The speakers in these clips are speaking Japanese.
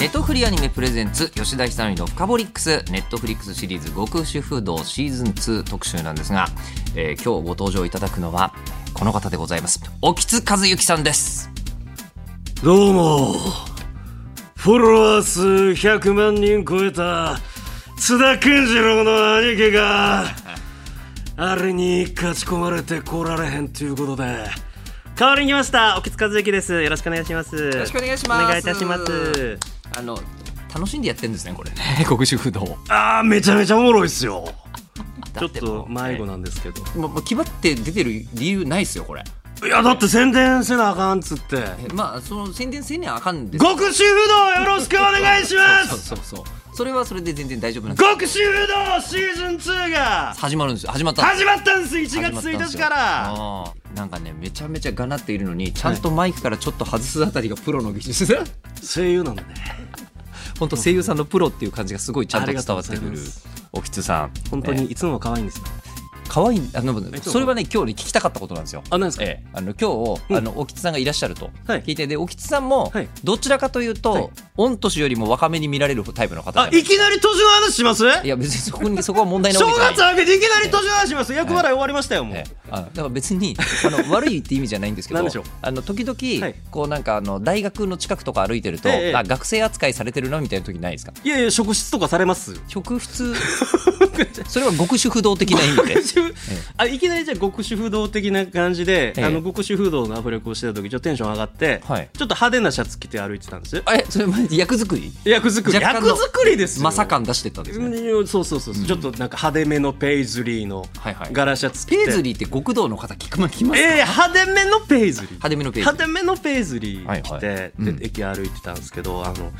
ネットフリアニメプレゼンツ吉田久典の「フカボリックス」ネットフリックスシリーズ「極主婦道シーズン2特集なんですが、えー今日ご登場いただくのはこの方でございます沖津和幸さんですどうもフォロワー数100万人超えた津田健次郎の兄貴があれに勝ち込まれてこられへんということで代わりに来ました沖津和之ですよろしくお願いしますよろしくお願いしますお願いいたしますあの楽しんでやってるんですねこれね 極主婦道ああめちゃめちゃおもろいっ すよちだょってもとう迷子なんですけどもうもう決まって出てる理由ないですよこれいやだって宣伝せなあかんっつってまあその宣伝せにはあかんです極主不動よろしくお願いしまそうすそうそうそれはそれで全然大丈夫なんです極主不動シーズン2が始まるんですよ始まったんです始まったんです1始まった月んで1す日よからあーなんかねめちゃめちゃがなっているのにちゃんとマイクからちょっと外すあたりがプロの技術声優なんで本当声優さんのプロっていう感じがすごいちゃんとあり伝がとうわっござていくまるすおきつさん本当えにいつも可愛いんですよー可愛いあのえっとそれはね今日ね聞きたかったことなんですよあなんですかええあの今日、うんあのおきつさんがいらっしゃるとはい聞いて、でおきつさんも、はいどちらかというと、はい御年よりも若めに見られるタイプの方じゃなあいいきなり途中の話しますいや別にそこにそこは問題な正わけじゃない月明けていきなり途中の話します役払い終わりましたよもうええあだから別にあの悪いって意味じゃないんですけどなんでしょうあの時々、はいこうなんかあの大学の近くとか歩いてると、ええええあ学生扱いされてるなみたいな時ないですかいやいや職質とかされます職質 それは極主不動的な意 味であいきなりじゃあ極主不動的な感じで、ええあの極主不動のアフレコをしてた時ちょっとテンション上がって、はいちょっと派手なシャツ着て歩いてたんですよえそれま役作り役作り若干の役作りですよまさかん出してったんですうね、んそうそうそう、ちょっとなんか派手めのペイズリーのはいはい柄シャツ着て、ペイズリーって極道の方聞くま聞きますか、ええ派手めのペイズリー派手めのペイズリー派手めのペイズリー着て、はいはいうんで駅歩いてたんですけどあの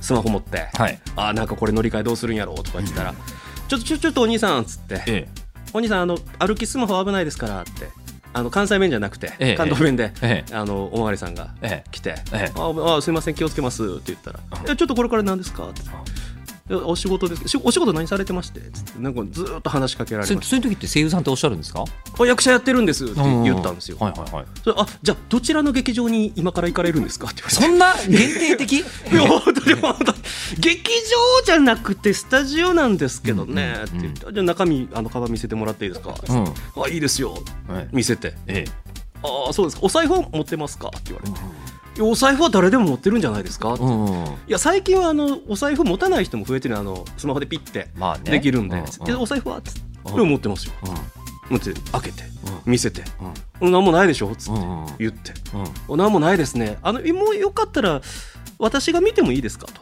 スマホ持って、はいあなんかこれ乗り換えどうするんやろうとか言ってたら「ちょっとちょちょっとお兄さん」っつって、えお兄さんあの歩きスマホ危ないですから」ってあの関西弁じゃなくて、ええ関東弁で、えあのおまわりさんがええ来て「ええああすいません気をつけます」って言ったら「えちょっとこれから何ですか?」って。いやお仕事ですしお仕事何されてましてつってなんかずーっと話しかけられそましそういう時って声優さんっておっしゃるんですかた「あ役者やってるんです」って言ったんですよ、はいはいはいそれあじゃあどちらの劇場に今から行かれるんですかって言われてそんな限定 的いや本当に本当に劇場じゃなくてスタジオなんですけどね、うんうんうんって言ってじゃあ中身あのカバン見せてもらっていいですか、うあいいですよはい見せてええああそうですかお財布持ってますかって言われて、いやお財布は誰でも持ってるんじゃないですか、いんうんうんや最近はあのお財布持たない人も増えてるあのスマホでピッてまあねできるんで、うんうんでお財布はつってうんいや持ってますよ持って開けて見せて何もないでしょつってうんうん言ってうんうん何もないですねあのもうよかったら私が見てもいいですかと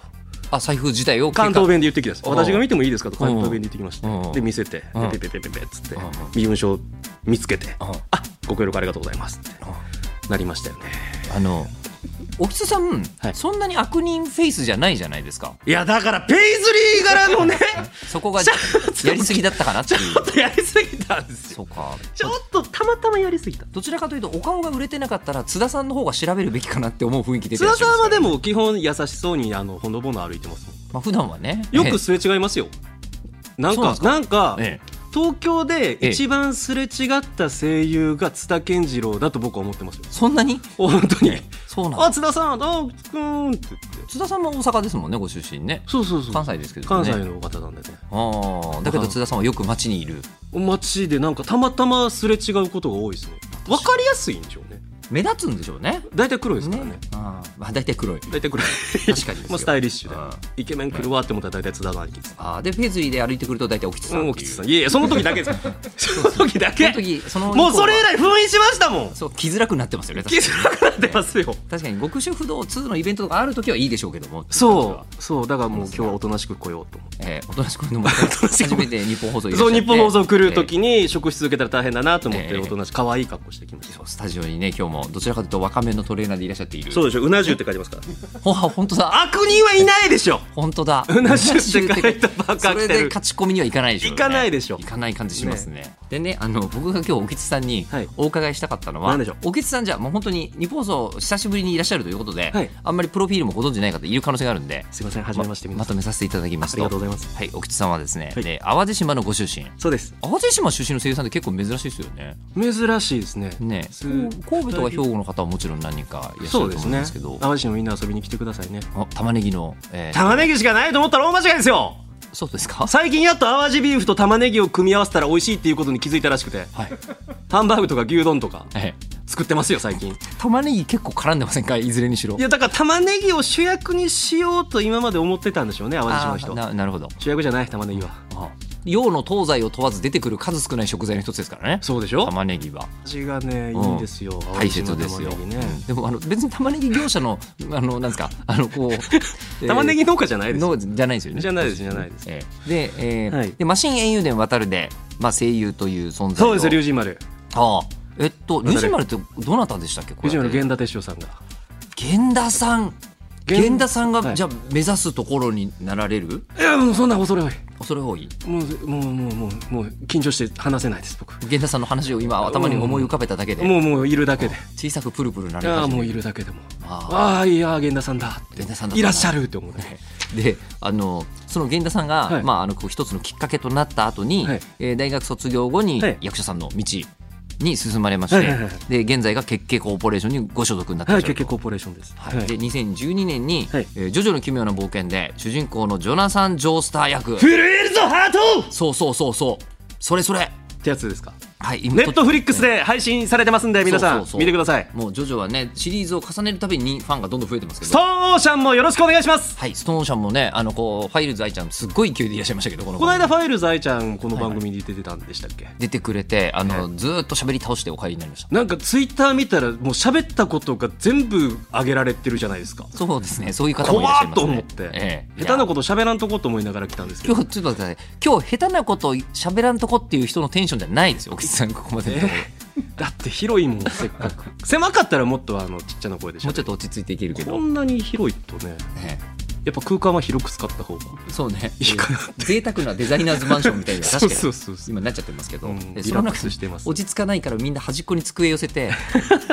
あ財布自体を関東弁で言ってきたんですうん私が見てもいいですかと関東弁で言ってきましうんたで見せてうんペペペペペっつってうん身分証見つけてうんあご協力ありがとうございますってなりましたよねあのおきつさん、はいそんなに悪人フェイスじゃないじゃないですかいやだからペイズリー柄のねそ こがちょっとやりすぎだったかなって いうちょっとやりすぎたんですよそうかちょっとたまたまやりすぎたどちらかというとお顔が売れてなかったら津田さんの方が調べるべきかなって思う雰囲気出て津ら田っしゃいさまんすかはらでも基本優しそうにあのほのぼの歩いてますもんまあ、普段はねよくすれ違いますよなんそうなんでかすかなんかえ東京で一番すれ違った声優が津田健次郎だと僕は思ってますよえそんなに本当にそうなんあだ津田さんあうくんって言って津田さんも大阪ですもんねご出身ねそうそうそう関西ですけど関ね西の方なんでねああだけど津田さんはよく街にいる街でなんかたまたますれ違うことが多いですねわかりやすいんでしょうね目立つんでしょうね大体黒いですからねあーまあ大体黒い大体黒い確かにですよ まあスタイリッシュうんでイケメン来るわって思ったら大体津田の兄貴ですあーでフェイズリーで歩いてくると大体おきつさんうっんていおうきつさんいやいやその時だけですその時だけその時その以降もはうそれ以来封印しましたもんそう来づらくなってますよね確気かづかなくなってますよ確かに極主不動2のイベントとかある時はいいでしょうけどもそうそうだからもう今日はおとなしく来ようと思ってう、えー、おとなしく のも初めて日本放送いらっしゃそっうて日本放送来る時に食し続けたら大変だなと思っえてえおとなしく可愛い格好してきましたそうスタジオにね今日もどちらかというと若めのトレーナーでいらっしゃっているそうでしょううな重って書いてますからほは本当だ悪人はいないでしょ本当だうな重って書いたばっそかれで来てる勝ち込みにはいかないでしょうねいかないでしょいかない感じしますねでねあの僕が今日沖津さんにはいお伺いしたかったのは、何でしょう沖津さんじゃもう本当に日本放送久しぶりにいらっしゃるということで、はいあんまりプロフィールもご存じない方いる可能性があるんですいません初めまして皆まさんとめさせていただきまあすりとがとうございますはい沖津さんはですね、はいで淡路島のご出身そうです淡路島出身の声優さんって結構珍しいですよね珍しいですねねす神戸とか兵庫の方はもちろん何人かいらっしゃそるうと思ですうんねですけど淡路島みんな遊びに来てくださいねあ玉ねぎの、えー玉ねぎしかないと思ったら大間違いですよそうです か最近やっと淡路ビーフと玉ねぎを組み合わせたら美味しいっていうことに気づいたらしくてはい、ハンバーグとか牛丼とかええ作ってますよ最近玉ねぎ結構絡んでませんかいずれにしろいやだから玉ねぎを主役にしようと今まで思ってたんでしょうね淡路島の人あーはななるほど主役じゃない玉ねぎはあ洋の東西を問わず出てくる数少ない食材の一つですからねそうでしょ玉ねぎは味がねいいうんんですよ大切ですよ、淡路島の玉ねぎねでもあの別に玉ねぎ業者のあのなんですか あのこう、えー玉ねぎ農家じゃないですよのじゃないですよねじゃないですじゃないですええで,、えーはいでマシン英雄伝渡るで、まあ、声優という存在をそうですよ龍神丸ああえっと龍神丸ってどなたでしたっけこ龍れ神丸源田鉄章さんが源田さん源田さんが、はいじゃあ目指すところになられるいやもうそんな恐れ多い恐れ多いもうもうもうもうもう緊張して話せないです僕源田さんの話を今頭に思い浮かべただけでもうもういるだけで小さくプルプルなりいや始もうめいるるだけでもあああいや源田さんだって源田さんだったないらっしゃるって思うねあであのその源田さんが、はいまあ、あのこう一つのきっかけとなった後に、はいえー大学卒業後にはい役者さんの道に進まれまして、はいはいはいで現在が血系コーポレーションにご所属になってはらっしいゃる結と局コーポレーションですはいはいで2012年に、はいえージョジョの奇妙な冒険」で主人公のジョナサン・ジョースター役震えるぞハートそうそうそうそうそれそれってやつですかはい今ネットフリックスで配信されてますんで皆そさうそうそんう見てくださいもうジョジョはねシリーズを重ねるたびにファンがどんどん増えてますけスどトーンオーシャンもよろしくお願いしますはい、ストーンシャンもね、あのこうファイルズ愛ちゃん、すっごい勢いでいらっしゃいましたけど、このこの番組間ファイルズ愛ちゃんこの番組に出てたんでしたっけ出てくれて、あの、ずーっと喋り倒してお帰りになりました。なんかツイッター見たらもう喋ったことが全部上げられてるじゃないですかそうですね、そういう方もいらっし怖ゃいっます、ね。と思って、ええ下手なと。こと喋らんとこうと思いながら来たんですけど今日ちょっと待ってください今日下手なこと喋らんとこっていう人のテンションじゃないですよ、奥津さん、ここまでのところだって広いもんせっかく狭かったらもっとあのちっちゃな声でしもょうちょっと落ち着いていけるけこど。んなに広いとねえやっぱ空間は広く使った方がえそうねいいかな 贅沢なデザイナーズマンションみたいな確かにそうそうそう今なっちゃってますけど、うんでリそラの中ックスしてます落ち着かないからみんな端っこに机寄せて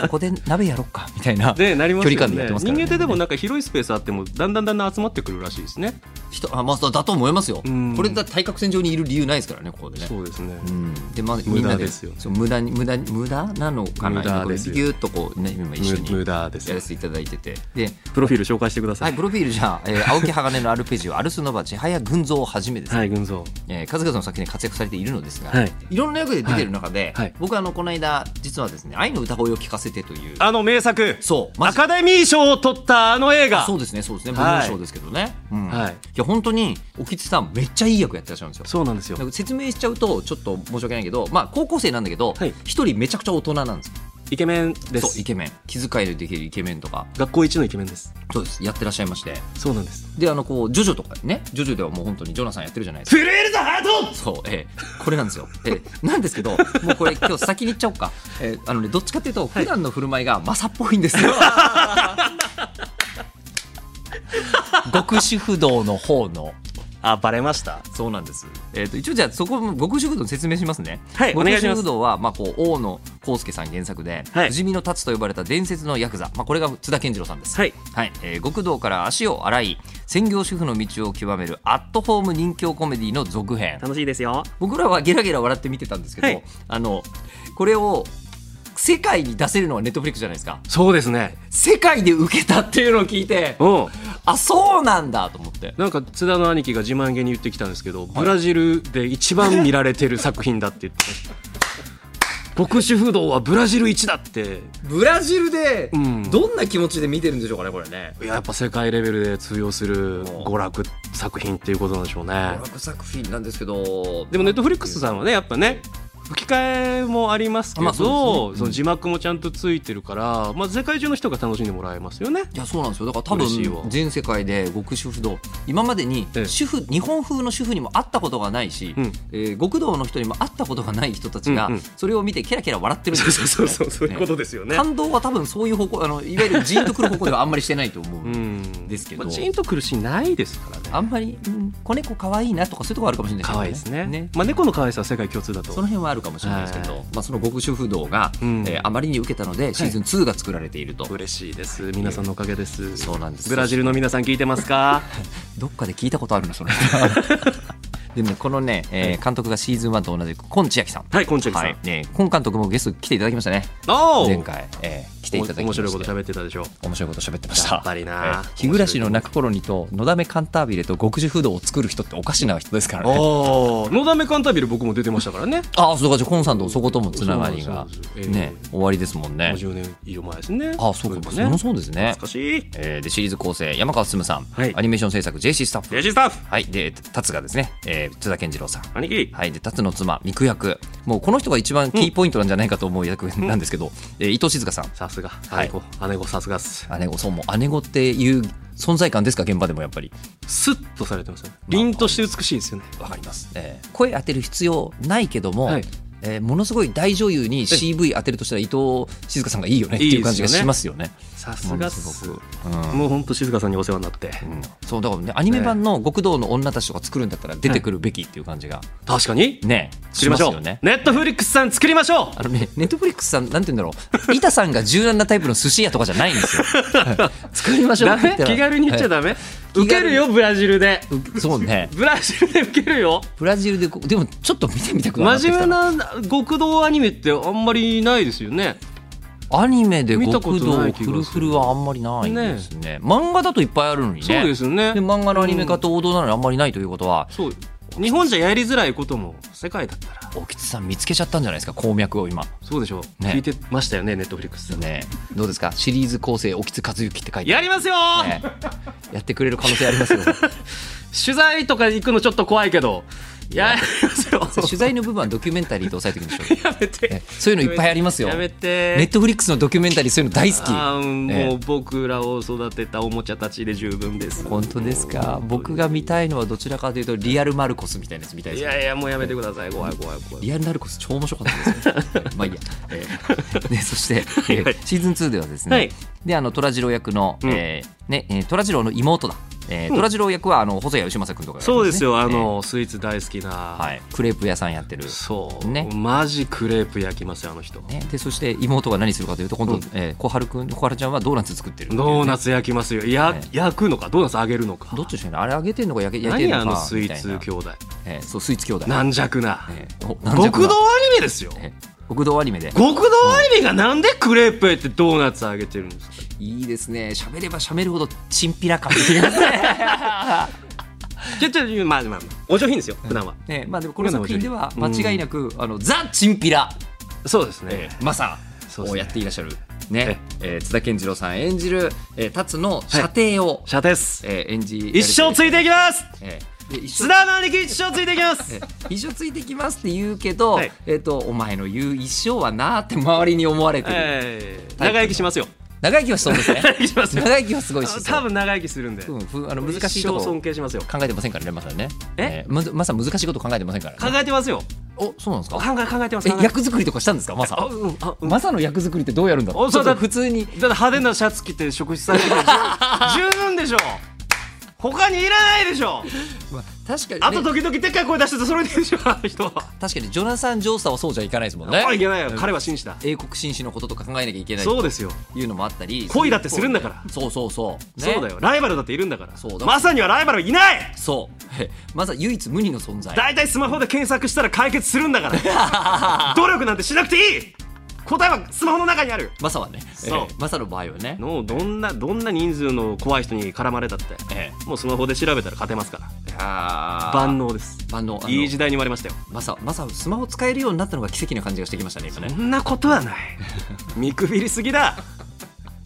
ここで鍋やろっかみたいなでなりますよね距離感でやってますからね人間ってでもなんか広いスペースあってもだんだんだんだん集まってくるらしいですね人あまあそうだと思いますようんこれだ対角線上にいる理由ないですからねここでねそうですね、うんでまあみ無んな駄でですよねそう無駄に無駄に無駄なのかな無駄ですよギュッとこうね今一緒に無無駄ですやらせていただいててでプロフィール紹介してくださはいいプロフィールじゃあ、えー青木鋼のアルペジオアルスノバ千早群像をはじめですね、はい群像えー数々の作品で活躍されているのですが、はいい、ろんな役で出てる中で、はいはい僕あのこの間実はですね「愛の歌声を聴かせて」というあの名作そうマアジでカデミー賞を取ったあの映画そうですねそうですね文はい文章ですけどね、うんはいいや本当に沖津さんめっちゃいい役やってらっしゃるんですよそうなんですよなんか説明しちゃうとちょっと申し訳ないけど、まあ、高校生なんだけどはい一、人めちゃくちゃ大人なんですよイケメンでそうすイケメン気遣いのできるイケメンとか学校一のイケメンですそうですやってらっしゃいましてそうなんですであのこうジョジョとかねジョジョではもう本当にジョナサンやってるじゃないですか震えるぞハートそうええこれなんですよ、ええなんですけどもうこれ今日先に言っちゃおうか、ええあのねどっちかっていうと普段の振る舞いがマサっぽいんです よ極主不動の方のあバレましたそうなんです。えっ、と一応じゃあそこも極主不動の説明しますね。はいお願いします極主不動はまあこう王の康介さん原作で、はい不死身の太刀と呼ばれた伝説のヤクザ、まあこれが津田健次郎さんです。はいはい、えー極道から足を洗い専業主婦の道を極めるアットホーム人形コメディの続編。楽しいですよ僕らはゲラゲラ笑って見てたんですけど、はいあのこれを世界に出せるのはネットフリックスじゃないですか。そうですね世界で受けたっていうのを聞いて、うんあそうなんだと思って。なんか津田の兄貴が自慢げに言ってきたんですけど、ブラジルで一番見られてる作品だって言ってま した牧師不動はブラジル一だってブラジルでうんどんな気持ちで見てるんでしょうかねこれね。いややっぱ世界レベルで通用するもう娯楽作品っていうことなんでしょうね娯楽作品なんですけどでもネットフリックスさんはねやっぱね吹き替えもありますけど、まあそうその字幕もちゃんとついてるから、まあ、世界中の人が楽しんでもらえますよね。いやそうなんですよだから多嬉しいわ分全世界で極主婦道今までにええ主婦日本風の主婦にも会ったことがないし、うんえー極道の人にも会ったことがない人たちがうんうんそれを見てケラケラ笑ってるんそうですそうよそうそう、そういうことですよ ね。感動は多分そういう方向あのいわゆるジーンとくる方向ではあんまりしてないと思う、うんですけどまあ、ジーンと苦しいないですからね。あんまり、うん子猫可愛いなとかそういうところあるかもしれない可愛いですねまあ、猫の可愛さは世界共通だと。その辺はあるかもしれないですけど、はいまあ、その極主婦道が、うんえーあまりに受けたのでシーズン2が作られていると、嬉しいです。皆さんのおかげです。そうなんですブラジルの皆さん聞いてますか。どっかで聞いたことあるのその 人でもこのね、えー監督がシーズン1と同じく今千秋さんはい、こんちゃきさん。はい、ね、今監督もゲスト来ていただきましたね。おー前回、えー来ていただきま面して白いこと喋ってたでしょ。面白いこと喋ってまし。やったぱりな。日暮らしの泣く頃にとのだめカンタービレと極主不動を作る人っておかしな人ですからね。おお、のだめカンタービル僕も出てましたからね。ああ、そうか、じゃあコンさんとそこともつながりがそうそうそうえーね終わりですもんねもう。10年以上前ですね。ああ、そうか、こそれももね。そうですね。少し。えーでシリーズ構成山川進さん、はいアニメーション制作 JC スタッレフ、ジスタッフ。はいで達がですね、えー津田健次郎さん。兄貴。はい、で達の妻ミク役もうこの人が一番キーポイントなんじゃないかと思う役なんですけど、えー伊藤静香さんさすが。はい姉子。姉子さすがっす。姉子そうもう姉子っていう存在感ですか現場でもやっぱりスッとされてますよね。凛として美しいですよね。わかります、えー声当てる必要ないけども、はいえーものすごい大女優に CV 当てるとしたら伊藤静香さんがいいよねっていう感じがいいですよねしますよねさすがっす。ものすごくうんもう本当静香さんにお世話になって。うんそうだからねアニメ版の極道の女たちとか作るんだったら出てくるべきっていう感じが確かに。ね作りましすょう。よネねットフリックスさん作りましょあのね、ネットフリックスさん、なんて言うんだろう、板さんが柔軟なタイプの寿司屋とかじゃないんです よ。はい作りましう。ょうダって言メったら。気軽に言っちゃはダメ受けるよ、ブラジルで。い。うそうね、ブラジルで受けるよ。ブラジルでこ、でもちょっと見てみたくなって真きた面目な極道アニメってあんまりないですよね。アニメで見た極こと道ない気がすフるルフルはあんまりないですね漫画だといっぱいあるのにねそうですよね。で漫画のアニメ化と王道なのにあんまりないということは、そう日本じゃやりづらいことも世界だったら大吉さん見つけちゃったんじゃないですか鉱脈を今そうでしょう、ね聞いてましたよねネットフリックスさんねどうですかシリーズ構成「おきつ和幸」って書いてやりますよー、ねやってくれる可能性あり ますよ取材とか行くのちょっと怖いけどやりますよ取材の部分はドキュメンタリーと押さえておきましょやめ て、う、ね、そういうのいっぱいありますよやめネてットフリックスのドキュメンタリーそういうの大好きあーうんええもう僕らを育てたおもちゃたちで十分です本当ですか僕が見たいのはどちらかというとリアルマルコスみたいなやつみたいでいすねやいやもうやめてください怖い怖い怖いリアルナルコス超面白かったんですよ。 まあいいや。えーでそして、えーはいシーズン2ではですね、はいであの虎次郎役の、うんえーねえー虎次郎の妹だ。えー虎次郎役はあの細谷義正君とかがやってまねそうですよあ、の、スイーツ大好きな、えーはいクレープ屋さんやってる。そう、ねマジクレープ焼きますよあの人ね、でそして妹が何するかというと今度、うんえー小春くん小春ちゃんはドーナツ作ってるっていうねドーナツ焼きますよや、え焼くのかドーナツ揚げるのかどっちでしょうねあれ揚げてんのか焼け焼いてん何のかあのスイーツみたい兄な、弟えーそうスイーツ兄弟軟弱なえーお軟弱な極道アニメですよえー極道アニメで極道アニメがなんでクレープへってドーナツあげてるんですかいいですね喋れば喋るほどチンピラ感出てきますねちょちょまあまあまあお上品ですよ普段は ねまあ、でもこの作品では間違いなく、あのザ・チンピラ、そうですねマサそうですをねやっていらっしゃる、ねえー津田健次郎さん演じる、えー、達の射程を、シャテですえー演じ一生ついていきますえーで一津生田の兄貴一生ついていきますえー一生ついてきますって言うけど、はいえー、とお前の言う一生はなーって周りに思われてる、えー長生きしますよ長生きはしそうですね長生きしますよ長生きはすごいし 多分長生きするんでそううんふあの難しいと一生こ尊敬しますよ考えてませんからねマサねえーまずマサ難しいこと考えてませんから、考ね、えてますよおそうなんです考かえ考えてますえ考えてます役作りとかしたんですかマサあうんあうんマサの役作りってどうやるんだろうおそうだちょっと普通にだって派手なシャツ着て食事されてる十 十分でしょ他にいらないでしょまあ確かに、ね、あと時々でっかい声出しててそれでいいでしょあの人は確かにジョナサン・ジョースターはそうじゃいかないですもんねあいけないよ彼は紳士だ英国紳士のこととか考えなきゃいけないそとうですよいうのもあったり恋だってするんだからそうそうそう、ねそうだよライバルだっているんだからそうだまさにはライバルはいないそうまずは唯一無二の存在大体スマホで検索したら解決するんだから 努力なんてしなくていい答えはスマホの中にあるマサはねそうええマサの場合はねのどんなどんな人数の怖い人に絡まれたってえもうスマホで調べたら勝てますからえあー万能です万能あのいい時代に生まれましたよマサマサスマホ使えるようになったのが奇跡な感じがしてきましたね今ねそんなことはない見くびりすぎだ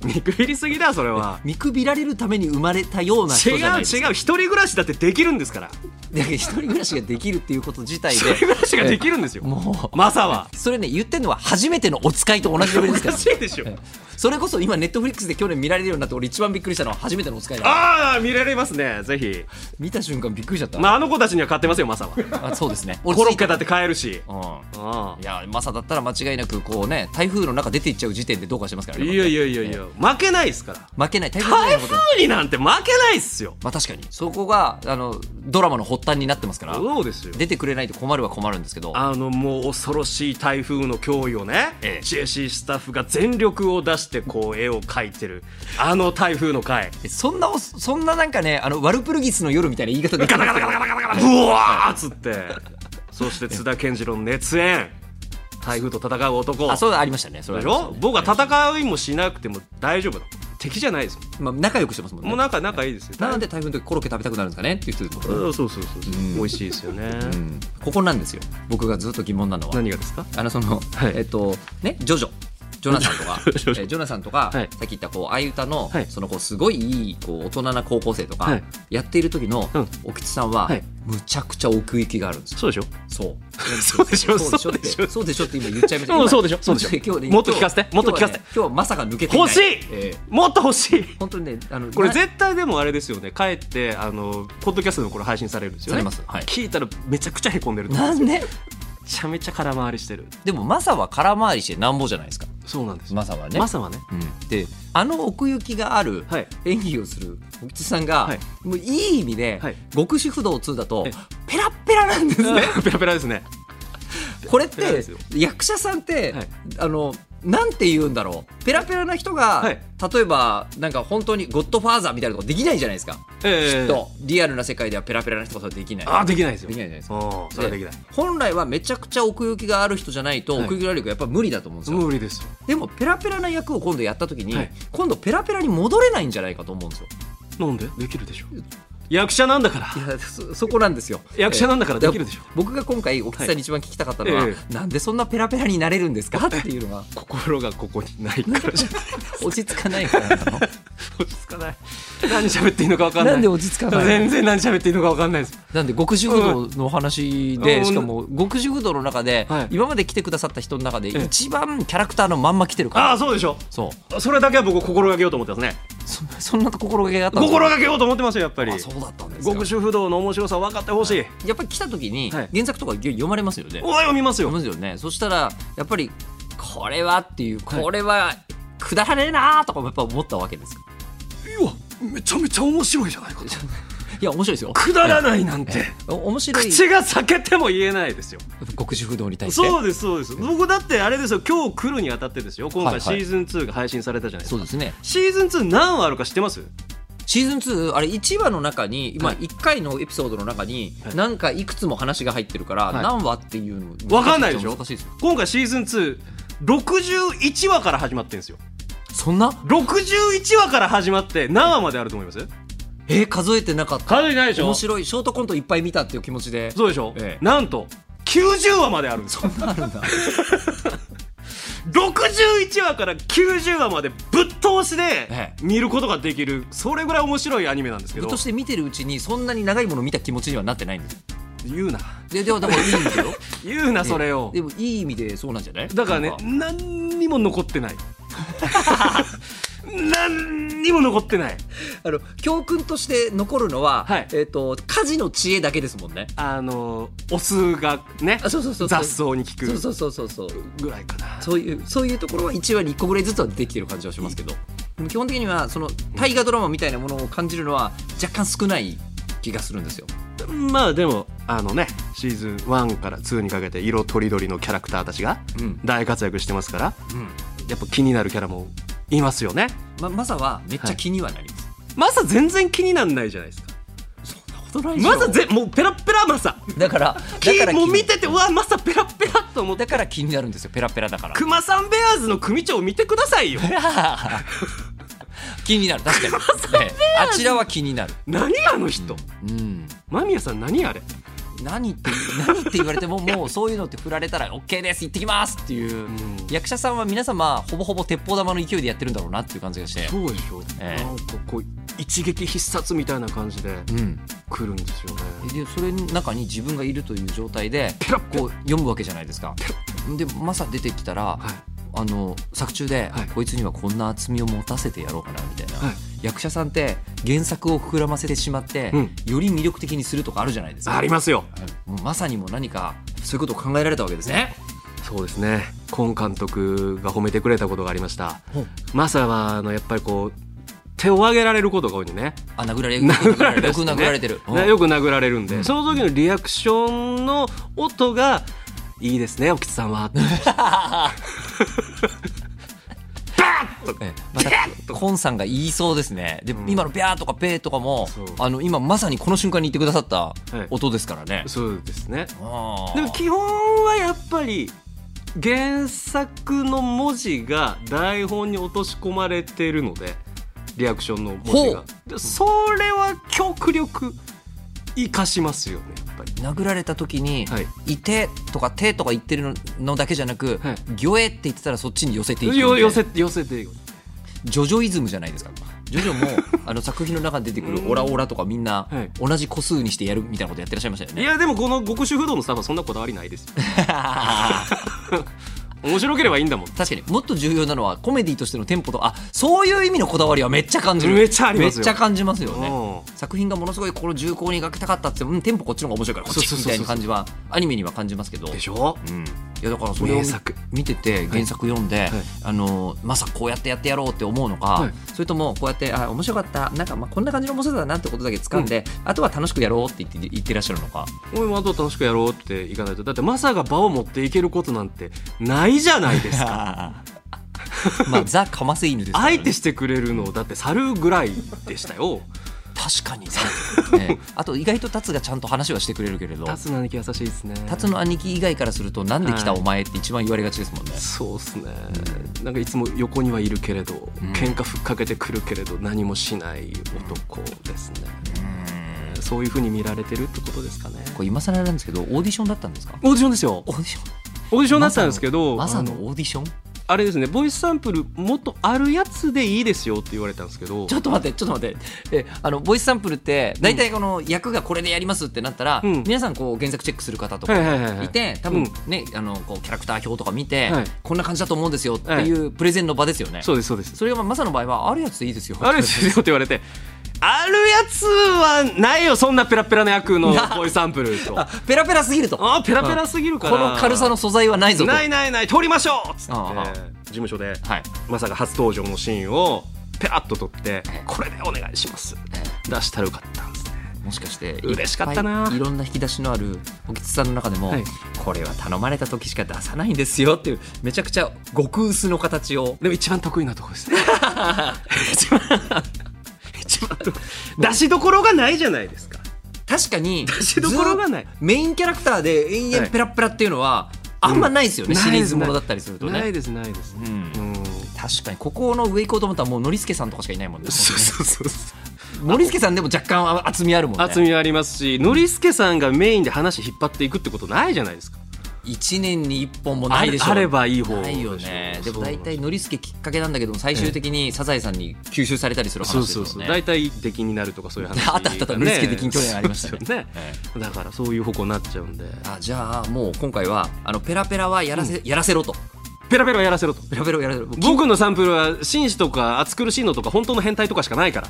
見くびりすぎだそれは見くびられるために生まれたような違う人違じゃないですう一人暮らしだってできるんですからだけど一人暮らしができるっていうこと自体一で人暮らしができるんですよもマサ はうそれね言ってんのは初めてのお使いと同じレベルですかおらかしいでしょそれこそ今ネットフリックスで去年見られるようになって俺一番びっくりしたのは初めてのお使いだああ見られますねぜひ、見た瞬間びっくりしちゃった、まあ、あの子たちには買ってますよマサはあ、そうです ねココロッケだって買えるしうあんいやマサだったら間違いなくこうね台風の中出ていっちゃう時点でどうかしてますかあらねいやいやいやいや負けないですから負けない台風じゃない台ことに風になんて負けないっすよまあ確かにそこがあのドラマの発端になってますからそうですよ出てくれないと困るは困るんですけどあのもう恐ろしい台風の脅威をね、ええ CSC スタッフが全力を出してこう絵を描いてるあの台風の回そんなおそんななんかねあのワルプルギスの夜みたいな言い方でガタガタガタガタガタガタブワーっつってそして津田健次郎の熱演台風と戦う男あそうだありましたねそれではしありましたょね僕は戦いもしなくても大丈夫だ敵じゃないですよまあ、仲良くしてますもんねもうなんか仲いいですよなんで台風の時コロッケ食べたくなるんですかねっていう人いると思ううんそうそうそうそううん美味しいですよねうんここなんですよ僕がずっと疑問なのは何がですかあのその、はいえっとねジョジョジョナサンとか ジョジョえージョナサンとか、はいさっき言ったこうあいう歌の、はいそのこうすごいいいこう大人な高校生とか、はいやっている時のうんお吉さんは、はいむちゃくちゃ奥行きがあるんですよそうでしょそうそうでしょそうでしそうでしょょそうでしょって今言っちゃいましたうん今そうでしょそうでしょ今日ねもっと聞かせて今日もっと聞かせて今日はね今日はまさか抜けていない欲しいえーもっと欲しい本当にねあのこれな絶対でもあれですよね帰ってあのポッドキャストのこれ配信されるんですよねされますはい聞いたらめちゃくちゃへこんでると思うなんですんでよめちゃめちゃ空回りしてるでもマサは空回りしてなんぼじゃないですかそうなんですよマサはね、マサはねうん、であの奥行きがあるはい演技をする小吉さんが、はいもういい意味で、はい極主不動2だとえペラッペラなんですね ペラペラですねこれっペラてですよ役者さんって、はいあのなんて言うんだろうペラペラな人が、はい例えばなんか本当にゴッドファーザーみたいなことできないじゃないですか、ええきっとリアルな世界ではペラペラな人ができないあーできないですよできないじゃないですかうんそれはできない本来はめちゃくちゃ奥行きがある人じゃないと、はい奥行きがある力やっぱ無理だと思うんですよ、無理ですよでもペラペラな役を今度やった時に、はい今度ペラペラに戻れないんじゃないかと思うんですよなんでできるでしょ役者なんだからいやそそこなんですよ役者なんだからできるでしょえー僕が今回お吉さんに一番聞きたかったのは、はいえなんでそんなペラペラになれるんですかっていうの が心がここにない からじゃない落ち着かないからなの落ち着かない何喋っていいのか分かんないなんで落ち着かない全然何喋っていいのか分かんないですなんで極主不動のお話で、うんしかも極主不動の中で、はい今まで来てくださった人の中でえ一番キャラクターのまんま来てるからああそうでしょそうそれだけは僕心がけようと思ってますねそそんな心がけがあったんですよ心がけようと思ってますよやっぱりあそうだったんですか極主不動の面白さを分かってほしいやっぱり来た時にはい原作とか読まれますよね、おはよう見ますよ思いますよねそしたらやっぱりこれはっていうこれはくだらねえなーとかもやっぱ思ったわけですよめちゃめちゃ面白いじゃないかいや面白いですよくだらないなんてお面白い口が裂けても言えないですよ極主不動に対してそうですそうです僕だってあれですよ今日来るにあたってですよ今はい回シはいーズン2が配信されたじゃないですか、そうですねシーズン2何話あるか知ってますシーズン2あれ1話の中に、今はい1回のエピソードの中に、はいなんかいくつも話が入ってるから、はい何話っていうのわかんないでしょ難しいですよ今回シーズン261話から始まってるんですよそんな61話から始まって何話まであると思いますえー数えてなかった数えてないでしょ面白いショートコントいっぱい見たっていう気持ちでそうでしょ、ええなんと90話まであるんですそよんなあ るんだ61話から90話までぶっ通しえでえ見ることができるそれぐらい面白いアニメなんですけぶっどとして見てるうちにそんなに長いもの見た気持ちにはなってないんですよ言うなででもでもいいんですよ言うな それをでもいい意味でそうなんじゃないだからねなん何にも残って ない何にも残ってないあの教訓として残るのは、はいえっ、と家事の知恵だけですもんねあのお酢がねあそうそうそうそう雑草に効そうくそうそうそうそうぐらいかなそういうそういうところは1話に1個ぐらいずつは出てきてる感じはしますけどでも基本的にはその大河ドラマみたいなものを感じるのは若干少ない気がするんですよまあでもあのねシーズン1から2にかけて色とりどりのキャラクターたちがうん大活躍してますからうんやっぱ気になるキャラもいますよねまマサはめっちゃ気にはなります、マサ全然気になんないじゃないですかそんなことないでしょマサぜもうペラペラマサだからだからきもう見気ててうわマサペラペラと思っにだてから気になるんですよペラペラだからクマさんベアーズの組長を見てくださいよ 気になる確 かに、ええあちらは気になる何あの人うん間宮さん何あれ何って何って言われてももうそういうのって振られたら OK です行ってきますっていう、役者さんは皆様ほぼほぼ鉄砲玉の勢いでやってるんだろうなっていう感じがして。そうでしょ、ええなんかこう一撃必殺みたいな感じでうん、来るんですよね、でそれの中に自分がいるという状態でこう読むわけじゃないですか。でマサ出てきたら、はいあの作中で、はいこいつにはこんな厚みを持たせてやろうかなみたいな、はい役者さんって原作を膨らませてしまって、うんより魅力的にするとかあるじゃないですかありますよもうまさにもう何かそういうことを考えられたわけですね。そうですねコン監督が褒めてくれたことがありましたほうマサはあのやっぱりこう手を挙げられることが多いんでねあ殴られ殴られよるく殴られてる。うんねよく殴られるんで、うんその時のリアクションの音が「いいですねおきつさんは」ええまたコンさんが言いそうですね。で、ん今のビャーとかペーとかもそうあの今まさにこの瞬間に言ってくださったはい音ですからね。そうですねあでもー基本はやっぱり原作の文字が台本に落とし込まれているのでリアクションの文字ほがでそれは極力生かしますよねやっぱり殴られた時にはい「いて」とか「て」とか言ってるののだけじゃなくはい「ぎょえ」って言ってたらそっちに寄せていくんでよ寄せて寄せていくジョジョイズムじゃないですか。ジョジョもあの作品の中に出てくる「オラオラ」とかみんなはい同じ個数にしてやるみたいなことやってらっしゃいましたよいね。やでもこの極主不動のスタッフはそんなこだわりないですよ面白ければいいんだもん 確かにもっと重要なのはコメディとしてのテンポとあそういう意味のこだわりはめっちゃ感じるめっちゃありますよめっちゃ感じますよねう作品がものすごいこの重厚に描きたかったって、うん、テンポこっちの方が面白いからこっちそうみそうそうそうたいな感じはアニメには感じますけどでしょうん、いやだからそれを名作見てて原作読んで、あのまさこうやってやってやろうって思うのか、はいそれともこうやってあ面白かったなんかまあこんな感じの面白さだなってことだけ掴んで、あとは楽しくやろうって言って言ってらっしゃるのか俺もあと楽しくやろうっていかないとだってマサが場を持っていけることなんてないじゃないです か まあザ・カマセイヌですからね相手してくれるのだって猿ぐらいでしたよ確かにねねあと意外と達がちゃんと話はしてくれるけれど達の兄貴優しいですね達の兄貴以外からするとなんで来たはいお前って一番言われがちですもんね、そうですねなんかいつも横にはいるけれどん喧嘩ふっかけてくるけれど何もしない男ですねそういうふうに見られてるってことですかねこれ今更なんですけどオーディションだったんですかオーディションですよオーディションオーディションだったんですけどまさのあのオーディションあれですねボイスサンプルもっとあるやつでいいですよって言われたんですけどちょっと待ってちょっと待ってえあのボイスサンプルって大体この役がこれでやりますってなったら、うん皆さんこう原作チェックする方とかはいはいはいはいいて多分ね、あのこうキャラクター表とか見て、はいこんな感じだと思うんですよっていうプレゼンの場ですよね、そうですそうですそれがまあマサの場合はあるやつでいいですよあるやつですよって言われてあるやつはないよそんなペラペラな役のボイスサンプルとあ ペラペラすぎるとーペラペラすぎるからこの軽さの素材はないぞとないないない撮りましょうっつってああああ事務所ではいまさか初登場のシーンをペラッと撮ってええこれでお願いしますえ出したらよかったんですねもしかして嬉しかったないぱいいろんな引き出しのあるおきつさんの中でも、はいこれは頼まれた時しか出さないんですよっていうめちゃくちゃ極薄の形をでも一番得意なとこ ですね一番一番得意出しどころがないじゃないですか確かに出しどころがないメインキャラクターで延々はいペラッペラっていうのはあんまないですよね、ないシリーズないものだったりするとないね。ですないですうんうん確かにここの上行こうと思ったらもうノリスケさんとかしかいないもんね。そうそうそうそうノリスケさんでも若干厚みあるもんね。厚みありますし、ノリスケさんがメインで話引っ張っていくってことないじゃないですか。一年に一本もないでしょあれあればいい方ないよね。でしでょも大体ノリスケきっかけなんだけども最終的にサザエさんに吸収されたりする話そうですそようそう。ね。大体出禁になるとかそういう話、ね。 あったあったあったノリスケ出禁去年ありましたねそうですよえだからそういう方向になっちゃうんで。あじゃあもう今回はあのペラペラはやらせ、やらせろとペラペラやらせろと。ペラペラをやらせろもう僕のサンプルは紳士とか暑苦しいのとか本当の変態とかしかないから。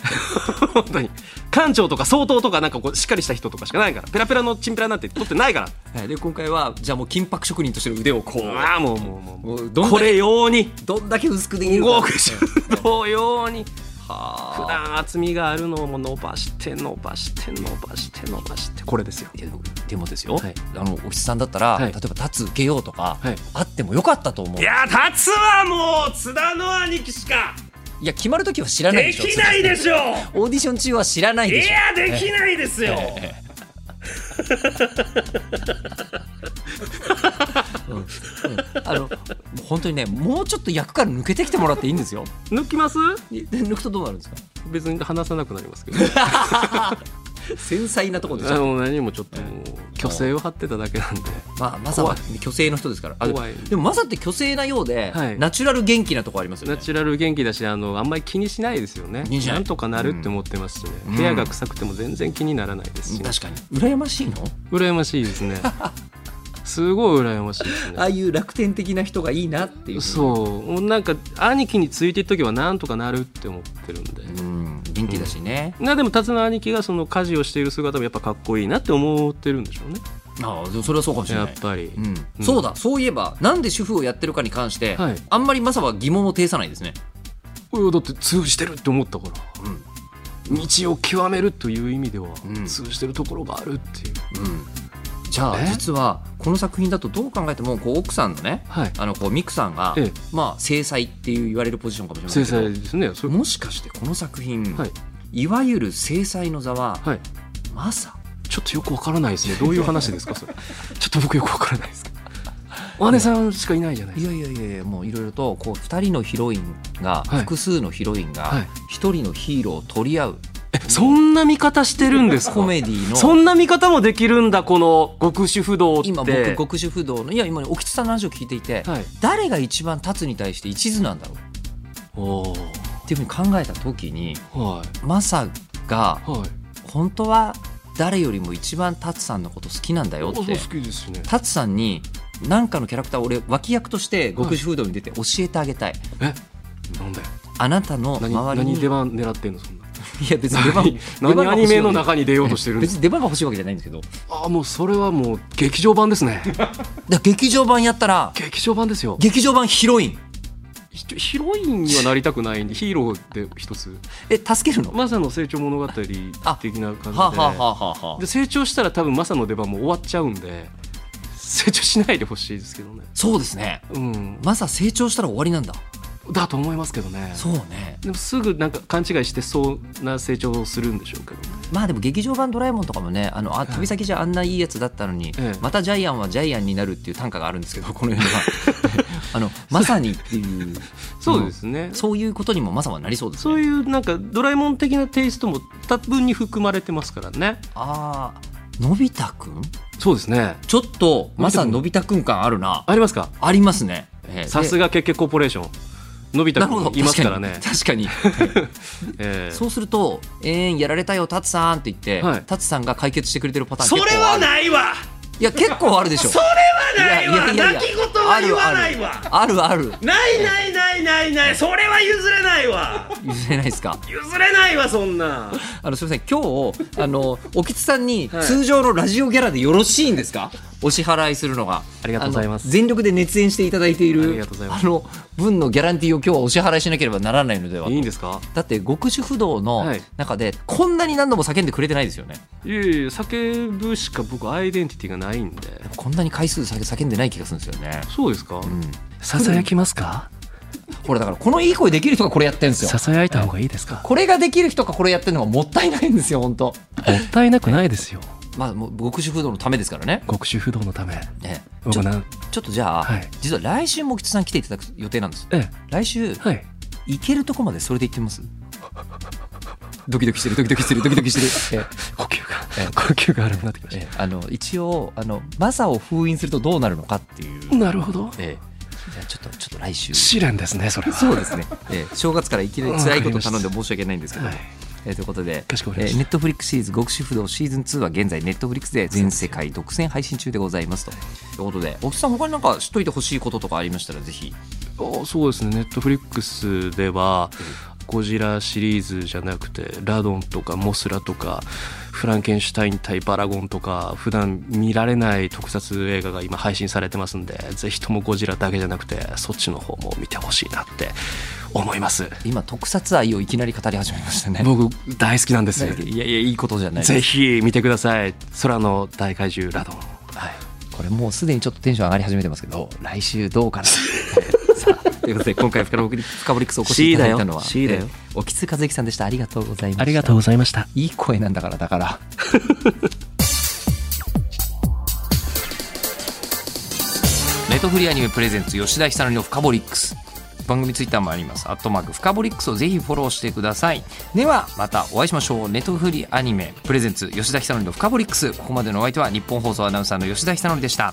本当に館長とか総統とかなんかこうしっかりした人とかしかないからペラペラのチンペラなんて取ってないからはいで今回はじゃあもう金箔職人としての腕をこうああもうもうもうもうもうどんだけこれ用にどんだけ薄くできるか動く同様には普段厚みがあるのをも伸ばして伸ばして伸ばして伸ばしてこれですよあいやでもでもですよ、はいあのおじさんだったら、は例えいば「立つ受けよう」とか、はいあってもよかったと思ういいやや達はもう津田の兄貴しか決まる時は知らないででしょきないでしょオーディション中は知らないういでしょやできないで すようんあのもう本当にねもうちょっと役から抜けてきてもらっていいんですよ抜きますい抜くとどうなるんですか 別に話さなくなりますけど繊細なところでしあょの何もちょっともう虚勢を張ってただけなんでまあマサは虚勢の人ですからあで怖いでもマサって虚勢なようで、はいナチュラル元気なとこありますよナねチュラル元気だしあのあんまり気にしないですよね気にしないなんとかなるって思ってますしね、ん部屋が臭くても全然気にならないですし、確かに羨ましいの羨ましい ですねすごい羨ましいですねああいう楽天的な人がいいなっていうそうもうなんか兄貴についていっとけばなんとかなるって思ってるんで、うん元気だしね、なでも辰の兄貴がその家事をしている姿もやっぱかっこいいなって思ってるんでしょうねああでもそれはそうかもしれやなっいぱり、うんそうだそういえばなんで主婦をやってるかに関して、はいあんまりマサは疑問を呈さないですねいやだって通じてるって思ったから、道を極めるという意味では、うん通じてるところがあるっていうじゃあえ実はこの作品だとどう考えてもこう奥さんのね、はいあのこうミクさんが、ええまあ制裁っていう言われるポジションかもしれない制けど裁ですねそれもしかしてこの作品、はいい、わゆる制裁の座は、はいマサちょっとよくわからないですねどういう話ですかそれちょっと僕よくわからないですけどお姉さんしかいないじゃないでいすやいやいやいやもういろいろとこう2人のヒロインが、はい複数のヒロインはがい一人のヒーローを取り合うかそんな見方してるんですかコメディのそんな見方もできるんだこの極主不動って今僕極主不動のいや今ね沖津さんの話を聞いていて、はい誰が一番立つに対して一途なんだろうおっていうふうに考えた時にーはいマサがはい本当は誰よりも一番タツさんのこと好きなんだよってきですねタツさんに何かのキャラクターを俺脇役として極主風土に出て教えてあげたい、えなんだよあなたの何周りに何出番狙ってんのそんないや別に出番出番何がア欲ニしいメの中に出ようとしてるんで別すに出番が欲しいわけじゃないんですけどだかあもうそれはもう劇場版で すねら劇場版やったら劇場版ですよ劇場版ヒロインひヒロインにはなりたくないんでヒーローで一つえ助けるの、マサの成長物語的な感じで、はあ、はあはあはあはあで成長したら多分マサの出番も終わっちゃうんで成長しないでほしいですけどねそうですねうんマサ成長したら終わりなんだだと思いますけどねそうねでもすぐなんか勘違いしてそうな成長をするんでしょうけどねまあでも劇場版「ドラえもん」とかもねあのあ旅先じゃあんないいやつだったのに、ええまたジャイアンはジャイアンになるっていう短歌があるんですけどこの世には あのまさにっていうそうですね、そそういうことにもまさはなりそうですねそういうなんかドラえもん的なテイストも多分に含まれてますからねあーのび太くんそうですねちょっとまさのび太くん感あるなありますかありますねええさすでがケッケコーポレーションのび太なくるほどんいますからね確かに 確かにええそうすると「えーんやられたよタツさん」って言って、はいタツさんが解決してくれてるパターンそれはいないわいや結構あるでしょそれはないわいやいやいや泣き言は言わないわあるあるないないないないないそれは譲れないわ譲れないですか譲れないわそんなあのすみません今日あのおきつさんにい通常のラジオギャラでよろしいんですかお支払いするのがありがとうございますあの全力で熱演していただいていあるりがとうございますあの分のギャランティーを今日はお支払いしなければならないのではいいんですかだって極主不動のはい中でこんなに何度も叫んでくれてないですよねいやいや叫ぶしか僕アイデンティティがないんでこんなに回数叫叫んでない気がするんですよねそうですかんささやきますかほらだからこのいい声できる人がこれやってるんですよさやいた方がいいですかこれができる人がこれやってるのがもったいないんですよ本当もったいなくないですよまあもう極主不動のためですからね極主不動のためねちょ僕なちょっとじゃあ、はい実は来週も吉田さん来ていただく予定なんですえ来週えはい行けるとこまでそれで行ってみますドキドキしてるドキドキしてるドキドキして る呼吸がええ呼吸が荒くなってきまええあの一応あのマサを封印するとどうなるのかっていう、なるほどええじゃあちょっとちょっと来週試練ですねそれはそうですね、ええ正月からいきなり辛いことを頼んで申し訳ないんですけど、はいえーということで、えかしこまりましたネットフリックスシリーズ極主不動シーズン2は現在ネットフリックスで全世界独占配信中でございますと。ということで、おきさん他になんか知っといてほしいこととかありましたらぜひ。あそうですねネットフリックスでは「ゴジラ」シリーズじゃなくて「ラドン」とか「モスラ」とか「フランケンシュタイン対バラゴン」とか普段見られない特撮映画が今配信されてますんでぜひとも「ゴジラ」だけじゃなくてそっちの方も見てほしいなって思います今特撮愛をいきなり語り始めましたね。僕大好きな んですいやいやいいことじゃないですぜひ見てください空の大怪獣ラドンはいこれもうすでにちょっとテンション上がり始めてますけど来週ど うかなさあということで今回深堀深堀クスお越しいただいたのは C だよ C だよえー沖津和之さんでしたありがとうございましたうございましたいい声なんだからだからネットフリーアニメプレゼンツ吉田久典のフカボリックス番組ツイッターもありますアットマークフカボリックスをぜひフォローしてくださいではまたお会いしましょうネットフリアニメプレゼンツ吉田久典のフカボリックスここまでのお相手は日本放送アナウンサーの吉田久典でした